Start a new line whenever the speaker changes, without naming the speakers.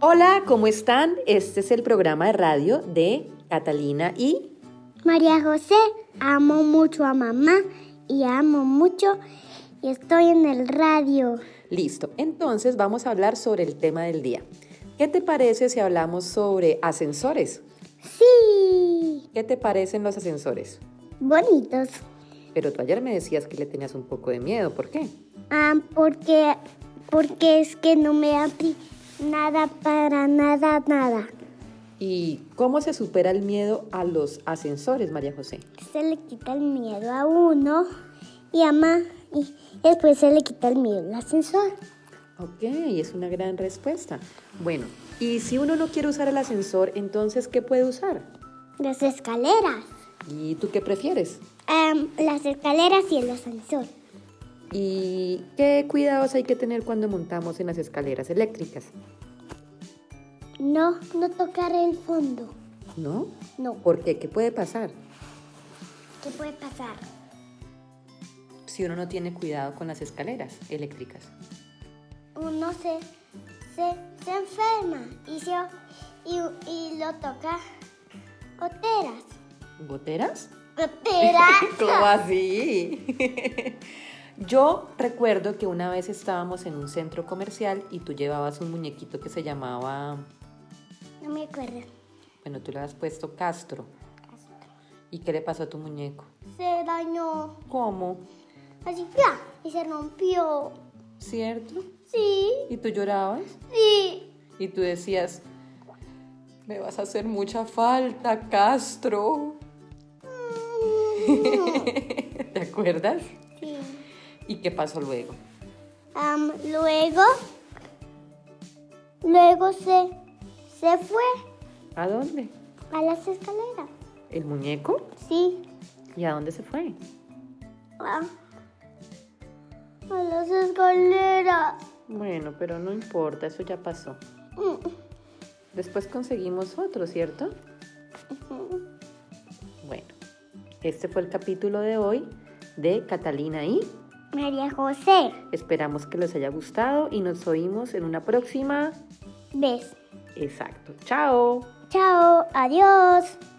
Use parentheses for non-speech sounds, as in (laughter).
Hola, ¿cómo están? Este es el programa de radio de Catalina y
María José, amo mucho a mamá y amo mucho y estoy en el radio.
listo. Entonces vamos a hablar sobre el tema del día. ¿Qué te parece si hablamos sobre ascensores?
Sí,
¿Qué te parecen los ascensores?
bonitos.
Pero tú ayer me decías que le tenías un poco de miedo, ¿por qué?
Ah, porque, porque es que no me dan pi- nada para nada, nada.
¿Y cómo se supera el miedo a los ascensores, María José?
Se le quita el miedo a uno y a mamá y después se le quita el miedo al ascensor.
Ok, es una gran respuesta. Bueno, y si uno no quiere usar el ascensor, entonces ¿qué puede usar?
Las escaleras.
¿Y tú qué prefieres?
Am, las escaleras y el ascensor.
¿Y qué cuidados hay que tener cuando montamos en las escaleras eléctricas?
No, no tocar el fondo.
¿No?
No.
¿Por qué? ¿Qué puede pasar
¿Qué puede pasar?
si uno no tiene cuidado con las escaleras eléctricas?
Uno se, se, se enferma y, se, y, y lo toca goteras.
¿Goteras? (laughs) ¿Cómo
¿Goteras?
así? (laughs) Yo recuerdo que una vez estábamos en un centro comercial y tú llevabas un muñequito que se llamaba,
no me acuerdo.
bueno, tú le has puesto Castro. ¿Y qué le pasó a tu muñeco?
Se dañó.
¿Cómo?
Así, ¡pia! Y se rompió.
¿Cierto?
Sí,
¿Y tú llorabas?
sí. (laughs)
Y tú decías, me vas a hacer mucha falta, Castro. (laughs) ¿Te acuerdas?
sí.
¿Y qué pasó luego?
Am, luego, luego se, se fue
¿A dónde?
a las escaleras.
¿El muñeco?
Sí,
¿Y a dónde se fue?
a, a las escaleras.
Bueno, pero no importa, eso ya pasó.
Mm.
Después conseguimos otro, (laughs) ¿cierto? Bueno, este fue el capítulo de hoy de Catalina y
María José,
esperamos que les haya gustado y nos oímos en una próxima.
ves.
Exacto. Chao.
Chao, adiós.